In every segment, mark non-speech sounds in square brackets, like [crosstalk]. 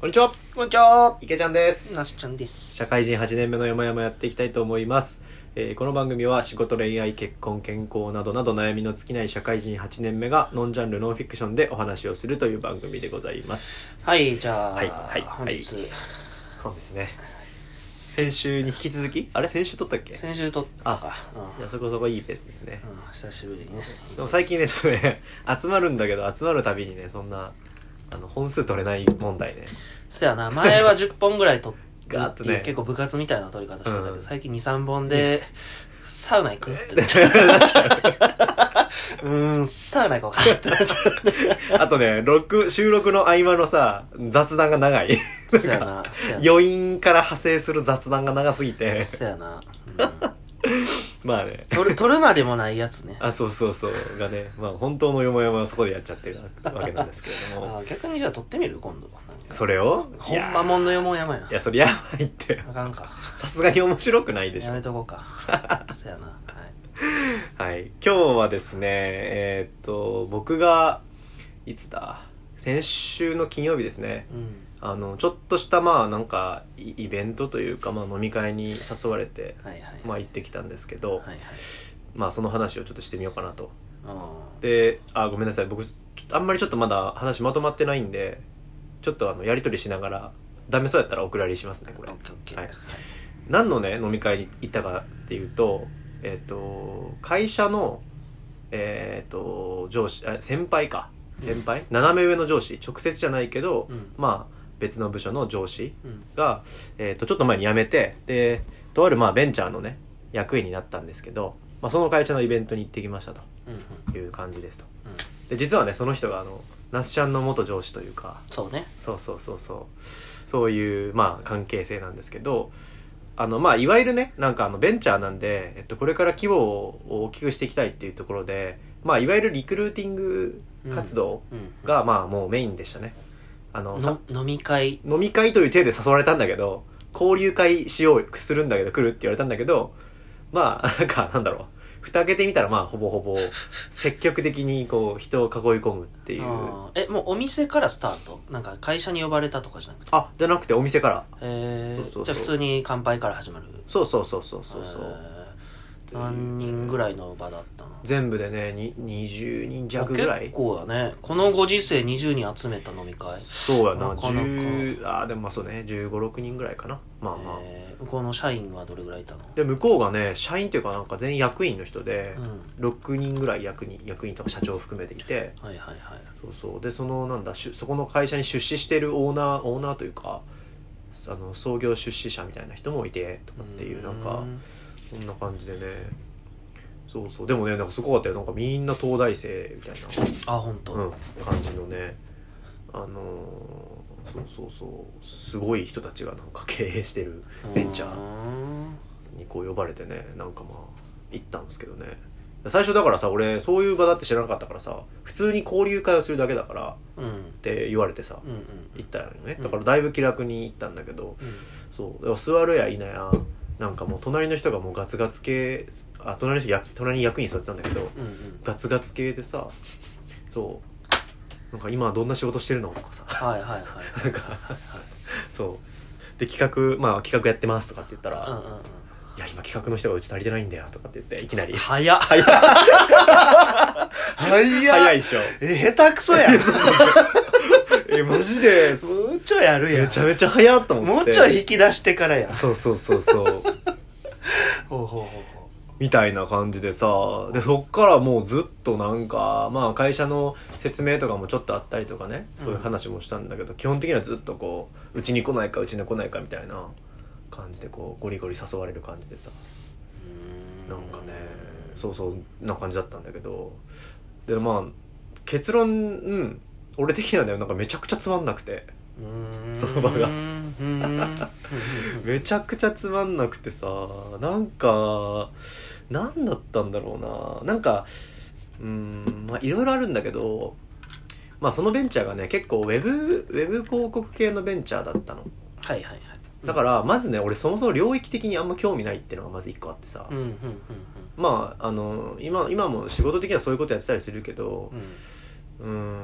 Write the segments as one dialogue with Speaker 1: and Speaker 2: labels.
Speaker 1: こんにちは
Speaker 2: こんにちは。
Speaker 1: 池ちゃんです
Speaker 2: なしちゃんです。
Speaker 1: 社会人8年目の山々やっていきたいと思います、えーこの番組は仕事恋愛結婚健康などなど悩みの尽きない社会人8年目がノンジャンルノンフィクションでお話をするという番組でございます
Speaker 2: はい、じゃあ、
Speaker 1: はいはい
Speaker 2: 本日、
Speaker 1: そうですね先週に引き続きあれ先週撮ったっけ
Speaker 2: 先週撮ったか。
Speaker 1: いやそこそこいいペースですね
Speaker 2: うん、うん、久しぶりにね。
Speaker 1: でも最近ねちょっとね [laughs] 集まるんだけど集まるたびにねそんなあの本数取れない問題ね
Speaker 2: そやな、前
Speaker 1: [laughs]
Speaker 2: は10本ぐらい撮っ
Speaker 1: ガーッとね
Speaker 2: 結構部活みたいな撮り方してたけど、
Speaker 1: うん
Speaker 2: 最近2、3本で、サウナ行く
Speaker 1: [laughs]
Speaker 2: ってなっちゃう。うーん、サウナ行こうかってなっちゃ
Speaker 1: あとね録収録の合間のさ雑談が長い
Speaker 2: う。そやな、そやな。
Speaker 1: 余韻から派生する雑談が長すぎて [laughs]
Speaker 2: そやな。うん
Speaker 1: まあね
Speaker 2: 撮る、撮るまでもないやつね。
Speaker 1: あそうそうそうがねまあ本当のよもやまはそこでやっちゃってるわけなんですけれども
Speaker 2: あ逆にじゃあ撮ってみる今度。なんか
Speaker 1: それを
Speaker 2: ほんまもんのよもやまや
Speaker 1: い。やそれやばいって
Speaker 2: [laughs] あかんか。
Speaker 1: さすがに面白くないでしょ
Speaker 2: やめとこうか。そやな。はい。
Speaker 1: はい、今日はですねえーっと僕がいつだ先週の金曜日ですね
Speaker 2: うん。
Speaker 1: あのちょっとしたまあなんかイイベントというか、まあ、飲み会に誘われて、
Speaker 2: はいはい。
Speaker 1: まあ、行ってきたんですけど、
Speaker 2: はいはい。
Speaker 1: まあその話をちょっとしてみようかなと
Speaker 2: うん
Speaker 1: であごめんなさい僕ちょっとあんまりちょっとまだ話まとまってないんでちょっとあのやり取りしながらダメそうやったらお蔵入りしますねこれ
Speaker 2: オッケーオッケー。
Speaker 1: はい何のね飲み会に行ったかっていうとえっ、と会社のえっ、と上司あ先輩か先輩、斜め上の上司直接じゃないけど、
Speaker 2: うん。
Speaker 1: まあ別の部署の上司
Speaker 2: うん。
Speaker 1: が、えっとちょっと前に辞めてでとあるまあベンチャーのね役員になったんですけど、まあ、その会社のイベントに行ってきましたと
Speaker 2: うん。うん。
Speaker 1: いう感じですと
Speaker 2: うん
Speaker 1: で実はねその人があの那須ちゃんの元上司というか
Speaker 2: そうね。
Speaker 1: そうそうそうそうそういうまあ関係性なんですけどあのまあいわゆるねなんかあのベンチャーなんで、えっと、これから規模を大きくしていきたいっていうところでまあいわゆるリクルーティング活動
Speaker 2: うん。
Speaker 1: がまあもうメインでしたねあのさ
Speaker 2: の飲み会。
Speaker 1: 飲み会という体で誘われたんだけど交流会しようするんだけど来るって言われたんだけどまあ [laughs] なんかなんだろう蓋開けてみたらまあほぼほぼ積極的にこう人を囲い込むっていう
Speaker 2: あーえ、もうお店からスタートなんか会社に呼ばれたとかじゃなくて。
Speaker 1: あじゃなくてお店から
Speaker 2: え
Speaker 1: そうそうそう
Speaker 2: ー、じゃあ普通に乾杯から始まる。
Speaker 1: そうそうそうそうそうそう
Speaker 2: えー何人ぐらいの場だったの
Speaker 1: 全部でねに20人弱ぐらい
Speaker 2: 結構だね。このご時世20人集めた飲み会。
Speaker 1: そうやな
Speaker 2: なかなか
Speaker 1: 10あーでもまあそうね1 5六6人ぐらいかなまあまあ、
Speaker 2: えー向こうの社員はどれぐらいいたの
Speaker 1: で向こうがね社員っていうかなんか全員役員の人で
Speaker 2: うん。、
Speaker 1: 6人ぐらい役人役員とか社長を含めていて
Speaker 2: はいはいはい。
Speaker 1: そうそうでそのなんだしゅそこの会社に出資してるオーナーオーナーというかあの創業出資者みたいな人もいてとかっていうなんかそんな感じでねそうそうでもねなんかすごかったよなんかみんな東大生みたいな
Speaker 2: あ、本当。
Speaker 1: うん、感じのねあのーそうそうそうすごい人たちがなんか経営してるベンチャー
Speaker 2: ー。
Speaker 1: にこう呼ばれてねなんかまあ行ったんですけどね最初だからさ俺そういう場だって知らなかったからさ普通に交流会をするだけだから
Speaker 2: うん。
Speaker 1: って言われてさ
Speaker 2: うんうん
Speaker 1: 行ったよね
Speaker 2: うん
Speaker 1: だからだいぶ気楽に行ったんだけど
Speaker 2: うん。
Speaker 1: そうでも座るやいなやなんかもう隣の人がもうガツガツ系あ隣の人や隣に役員座ってたんだけど
Speaker 2: うんうん。
Speaker 1: ガツガツ系でさそうなんか今どんな仕事してるのとかさ
Speaker 2: はいはいはい。
Speaker 1: なんかそうで企画まあ企画やってますとかって言ったら「
Speaker 2: うんう
Speaker 1: い
Speaker 2: ん
Speaker 1: や今企画の人がうち足りてないんだよ」とかって言っていきな
Speaker 2: う
Speaker 1: り
Speaker 2: ん。早っ
Speaker 1: 「早い
Speaker 2: 早
Speaker 1: 早い
Speaker 2: い
Speaker 1: っしょ
Speaker 2: え、下手くそや
Speaker 1: えマジで
Speaker 2: もうちょいやるや
Speaker 1: め
Speaker 2: ん。
Speaker 1: ちゃめちゃ早っと思
Speaker 2: も
Speaker 1: っ
Speaker 2: う
Speaker 1: て
Speaker 2: ちょい引き出してからやん。
Speaker 1: そうそうそうそう
Speaker 2: ほうほうほうほ
Speaker 1: みたいな感じでさでそっからもうずっとなんかまあ会社の説明とかもちょっとあったりとかねそういう話もしたんだけど、基本的にはずっとこううちに来ないかうちに来ないかみたいな感じでこうゴリゴリ誘われる感じでさ
Speaker 2: う。
Speaker 1: なんかねそうそうな感じだったんだけどでまあ結論うん俺的にはねなんかめちゃくちゃつまんなくて
Speaker 2: うーん。
Speaker 1: その場が
Speaker 2: うーんうんうんうん
Speaker 1: めちゃくちゃつまんなくてさなんか何だったんだろうななんかうーんまあいろいろあるんだけどまあそのベンチャーがね結構ウェブウェブ広告系のベンチャーだったの
Speaker 2: はいはいはい。
Speaker 1: だからまずね俺そもそも領域的にあんま興味ないっていうのがまず一個あってさ、
Speaker 2: うんうんうんうん
Speaker 1: まああの今今も仕事的にはそういうことやってたりするけど
Speaker 2: う
Speaker 1: う
Speaker 2: ん。
Speaker 1: うん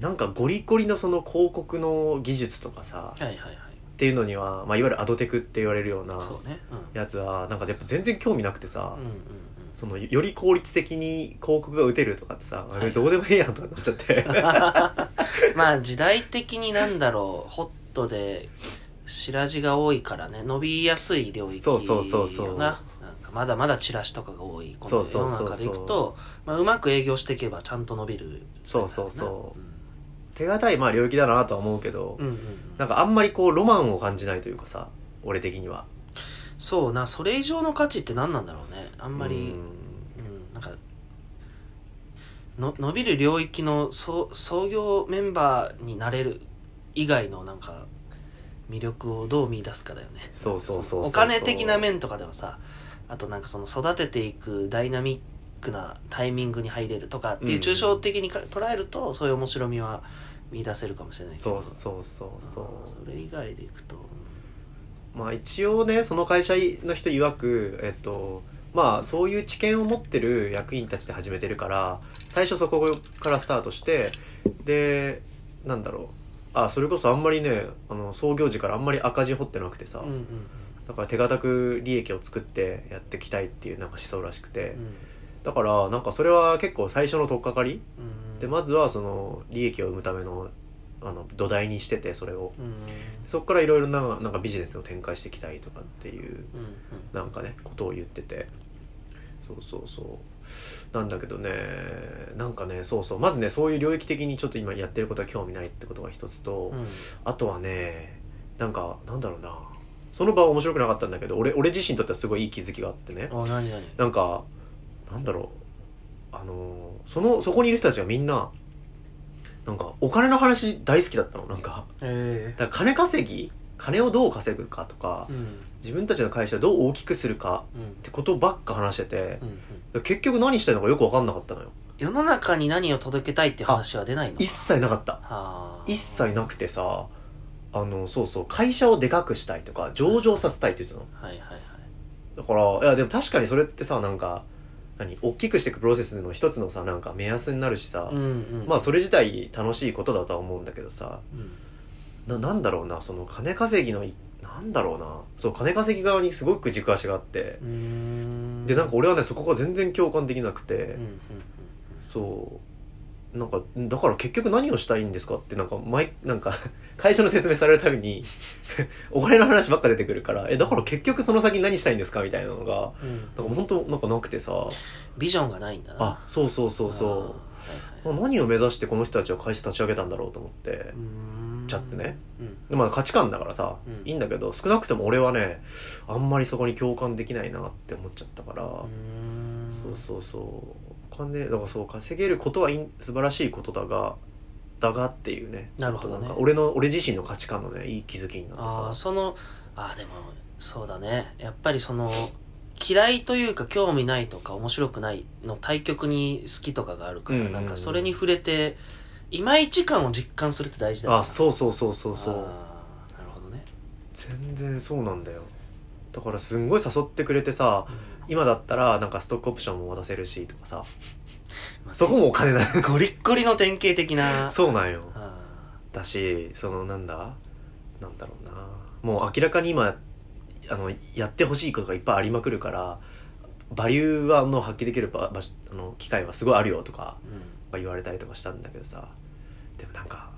Speaker 1: なんかゴリゴリのその広告の技術とかさ
Speaker 2: はいはいはい
Speaker 1: っていうのには、まあ、いわゆるアドテクって言われるような
Speaker 2: そうねうん
Speaker 1: やつはなんかやっぱ全然興味なくてさ、
Speaker 2: うんうんうん
Speaker 1: そのより効率的に広告が打てるとかってさ、
Speaker 2: はいはい
Speaker 1: どうでもいいやんとかなっちゃって
Speaker 2: [laughs] まあ時代的になんだろうホットで白地が多いからね伸びやすい領域
Speaker 1: そうそうそうそう
Speaker 2: よななんかまだまだチラシとかが多いこ
Speaker 1: そう
Speaker 2: の
Speaker 1: そ
Speaker 2: 世
Speaker 1: うそうそ
Speaker 2: の
Speaker 1: う
Speaker 2: 中でいくとまあうまく営業していけばちゃんと伸びる
Speaker 1: そうそうそう手堅いまあ領域だなとは思うけど、
Speaker 2: んうんうん
Speaker 1: なんかあんまりこうロマンを感じないというかさ俺的には
Speaker 2: そうなそれ以上の価値って何なんだろうねあ
Speaker 1: あ
Speaker 2: んまりうんなんかの伸びる領域の創創業メンバーになれる以外のなんか魅力をどう見出すかだよね
Speaker 1: そうそうそうそう
Speaker 2: お金的な面とかではさあとなんかその育てていくダイナミックなタイミングに入れるとかっていううん抽象的にか捉えるとそういう面白みは見出せるかもしれないけ
Speaker 1: そ
Speaker 2: ど
Speaker 1: うそうそうそ
Speaker 2: あー
Speaker 1: う
Speaker 2: それ以外でいくと
Speaker 1: まあ一応ねその会社の人曰くえっとまあそういう知見を持ってる役員たちで始めてるから最初そこからスタートしてでなんだろうあそれこそあんまりねあの創業時からあんまり赤字掘ってなくてさ、
Speaker 2: うんうん
Speaker 1: だから手堅く利益を作ってやっていきたいっていうなんか思想らしくて
Speaker 2: うんうん
Speaker 1: だからなんかそれは結構最初の取っかかり
Speaker 2: うん
Speaker 1: でまずはその利益を生むためのあの土台にしててそれを
Speaker 2: うんうん
Speaker 1: そこからいろいろななんかビジネスを展開していきたいとかっていう
Speaker 2: うん
Speaker 1: なんかねことを言っててそうそうそうなんだけどねなんかねそうそうまずねそういう領域的にちょっと今やってることは興味ないってことが一つと、
Speaker 2: うんうん
Speaker 1: あとはねなんかなんだろうなその場は面白くなかったんだけど俺俺自身にとってはすごいいい気づきがあってね
Speaker 2: お何何
Speaker 1: なんかなんだろうあのそのそこにいる人たちがみんななんかお金の話大好きだったのなんか
Speaker 2: え
Speaker 1: だから金稼ぎ金をどう稼ぐかとか
Speaker 2: うん
Speaker 1: 自分たちの会社をどう大きくするか
Speaker 2: うん
Speaker 1: ってことばっか話してて
Speaker 2: うんうん
Speaker 1: 結局何したいのかよく分かんなかったのよ
Speaker 2: 世の中に何を届けたいって話は出ないのか
Speaker 1: 一切なかった
Speaker 2: あー
Speaker 1: 一切なくてさあのそうそう会社をでかくしたいとか上場させたいって言ってたの
Speaker 2: はいはいはい
Speaker 1: だからいやでも確かにそれってさなんか何大きくしていくプロセスの一つのさなんか目安になるしさ、
Speaker 2: ん
Speaker 1: まあそれ自体楽しいことだとは思うんだけどさ
Speaker 2: う
Speaker 1: な
Speaker 2: ん
Speaker 1: なんだろうなその金稼ぎのいなんだろうなそう金稼ぎ側にすごく軸足があって
Speaker 2: うーん
Speaker 1: でなんか俺はねそこが全然共感できなくて、
Speaker 2: うんうんうん
Speaker 1: そうなんかだから結局何をしたいんですかってなんか毎なんか [laughs] 会社の説明されるたびに [laughs] お金の話ばっか出てくるからえだから結局その先何したいんですかみたいなのが
Speaker 2: うん
Speaker 1: なんか本当なんかなくてさ
Speaker 2: ビジョンがないんだな
Speaker 1: あそうそうそうそ
Speaker 2: あー
Speaker 1: う
Speaker 2: はいはい
Speaker 1: 何を目指してこの人たちは会社立ち上げたんだろうと思って
Speaker 2: うーん
Speaker 1: ちゃってね
Speaker 2: うん
Speaker 1: でまあ価値観だからさ、
Speaker 2: うん
Speaker 1: いいんだけど少なくとも俺はねあんまりそこに共感できないなって思っちゃったから、
Speaker 2: うーん
Speaker 1: そうそうそうお金だからそう稼げることはいい素晴らしいことだがだがっていうね
Speaker 2: なるほどね
Speaker 1: なんか俺の俺自身の価値観のねいい気づきになって
Speaker 2: ああ
Speaker 1: さ
Speaker 2: そのああでもそうだねやっぱりその嫌いというか興味ないとか面白くないの対極に好きとかがあるから、
Speaker 1: うんうんうん
Speaker 2: なんかそれに触れていまいち感を実感するって大事だよ
Speaker 1: あ
Speaker 2: な
Speaker 1: そうそうそうそうそう
Speaker 2: あーなるほどね、
Speaker 1: 全然そうなんだよだからすんごい誘ってくれてさ今だったらなんかストックオプションも渡せるしとかさ
Speaker 2: [laughs] まあ
Speaker 1: そこもお金ない
Speaker 2: ゴリッゴリの典型的な
Speaker 1: そうなんよ
Speaker 2: あ
Speaker 1: だしそのなんだなんだろうなもう明らかに今あのやってほしいことがいっぱいありまくるからバリューはの発揮できる場場所あの機会はすごいあるよとか
Speaker 2: ー、うん
Speaker 1: まあ言われたりとかしたんだけどさでもなんか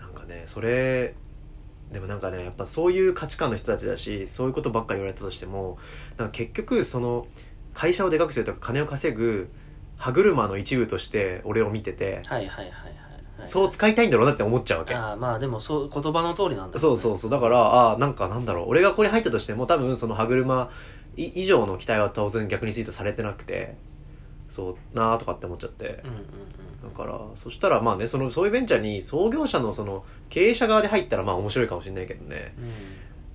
Speaker 1: なんかねそれでもなんかねやっぱそういう価値観の人たちだしそういうことばっか言われたとしてもなんか結局その会社をでかくするとか金を稼ぐ歯車の一部として俺を見てて、
Speaker 2: はいはいはいはい
Speaker 1: そう使いたいんだろうなって思っちゃうわけ。
Speaker 2: ああまあでもそう言葉の通りなんだ
Speaker 1: そうそうそう。だから、ああ、なんかなんだろう。俺がここに入ったとしても、多分その歯車い以上の期待は当然逆にツイートされてなくて、そうなーとかって思っちゃって
Speaker 2: う。んうん
Speaker 1: だから、そしたらまあね、その、そういうベンチャーに創業者のその、経営者側で入ったらまあ面白いかもしれないけどね。
Speaker 2: うんうん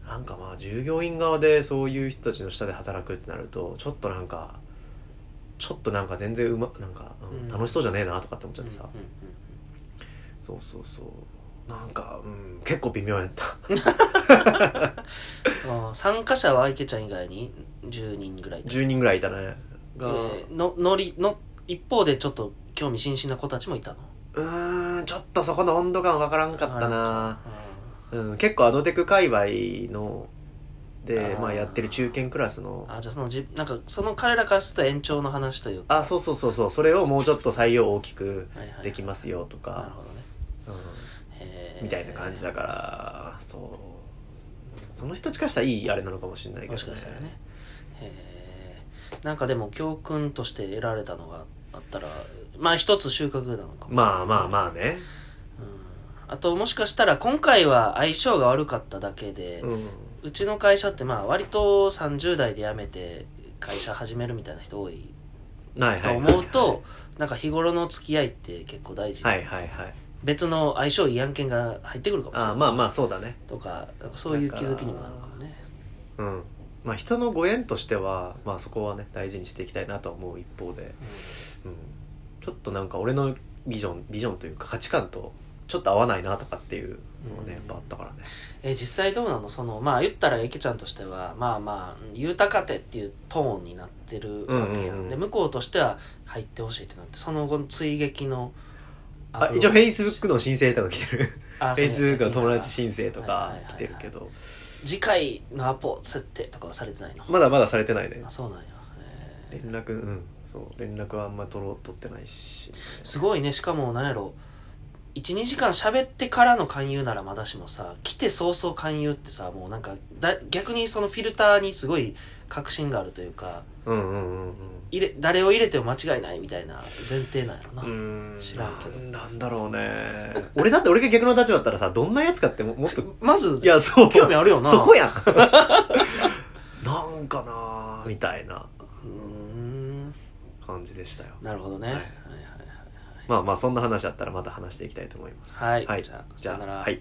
Speaker 1: なんかまあ、従業員側でそういう人たちの下で働くってなると、ちょっとなんか、ちょっとなんか全然うま、なんか、うん
Speaker 2: うん
Speaker 1: 楽しそうじゃねえなとかって思っちゃってさ。
Speaker 2: うんうんうん
Speaker 1: そうそうそう。なんか、うん、結構微妙やった。 [laughs]
Speaker 2: あー参加者はアイケちゃん以外に10人ぐらい
Speaker 1: 10人ぐらいいたね。
Speaker 2: え
Speaker 1: が、
Speaker 2: ーののりの一方でちょっと興味津々な子たちもいたの
Speaker 1: うーんちょっとそこの温度感わからんかったな
Speaker 2: なんか
Speaker 1: うん、結構アドテク界隈ので
Speaker 2: あー
Speaker 1: まあ、やってる中堅クラスの
Speaker 2: うんあじゃあそのじなんかその彼らからすると延長の話というか
Speaker 1: あそうそうそうそうそれをもうちょっと採用大きく
Speaker 2: はいはい
Speaker 1: できますよと
Speaker 2: なる
Speaker 1: か、
Speaker 2: ほどね
Speaker 1: うん
Speaker 2: へー
Speaker 1: みたいな感じだからそうその人たちからしたらいいあれなのかもしれないけど、
Speaker 2: もしかしたらねへーなんかでも教訓として得られたのがあったらまあ一つ収穫なのかも
Speaker 1: まあまあまあね、
Speaker 2: あともしかしたら今回は相性が悪かっただけで、
Speaker 1: うん、
Speaker 2: うちの会社ってまあ割と30代で辞めて会社始めるみたいな人多い
Speaker 1: はいはい
Speaker 2: と
Speaker 1: はい
Speaker 2: 思うとなんか日頃の付き合いって結構大事、
Speaker 1: はいはいはい
Speaker 2: 別の相性いい案件が入ってくるかもしれな
Speaker 1: あ
Speaker 2: い
Speaker 1: まあまあそうだね
Speaker 2: とかなんかそういう気づきにもなるかもね
Speaker 1: うんまあ人のご縁としてはまあそこはね大事にしていきたいなとは思う一方で、うん、ちょっとなんか俺のビジョンビジョンというか価値観とちょっと合わないなとかっていうのもね、
Speaker 2: うん
Speaker 1: やっぱあったからね
Speaker 2: え実際どうなのそのまあ言ったら池ちゃんとしてはまあまあ豊かてっていうトーンになってるわけや
Speaker 1: うんう
Speaker 2: ん,、
Speaker 1: んうん
Speaker 2: で向こうとしては入ってほしいってなってその後の追撃の
Speaker 1: あ一応フェイスブックの申請とか来てる
Speaker 2: あ
Speaker 1: フェイスブックの友達
Speaker 2: そ
Speaker 1: 申
Speaker 2: う
Speaker 1: 請と
Speaker 2: はいは
Speaker 1: か
Speaker 2: いはいはい
Speaker 1: 来てるけど
Speaker 2: 次回のアポ設定とかはされてないの
Speaker 1: まだまだされてないね
Speaker 2: あそうなんや、え
Speaker 1: 連絡うんそう連絡はあんま取ろう取ってないし
Speaker 2: ーすごいねしかもなんやろ12時間喋ってからの勧誘ならまだしもさ来て早々勧誘ってさもうなんかだ逆にそのフィルターにすごい確信があるというか
Speaker 1: うんうんうんうん
Speaker 2: 入れ誰を入れても間違いないみたいな前提なんやろな、
Speaker 1: うーん
Speaker 2: 知らんけど
Speaker 1: ななんだろうね俺だって俺が逆の立場だったらさどんなやつかってももっと
Speaker 2: まず
Speaker 1: いやそう
Speaker 2: 興味あるよな
Speaker 1: そこやん [laughs] なんかなみたいな
Speaker 2: うーん
Speaker 1: 感じでしたよ
Speaker 2: なるほどねは
Speaker 1: はいいまあまあそんな話だったらまた話していきたいと思います
Speaker 2: はい
Speaker 1: は
Speaker 2: はいはい
Speaker 1: い
Speaker 2: じゃあ
Speaker 1: じ
Speaker 2: さ
Speaker 1: ゃ
Speaker 2: よなら
Speaker 1: あはい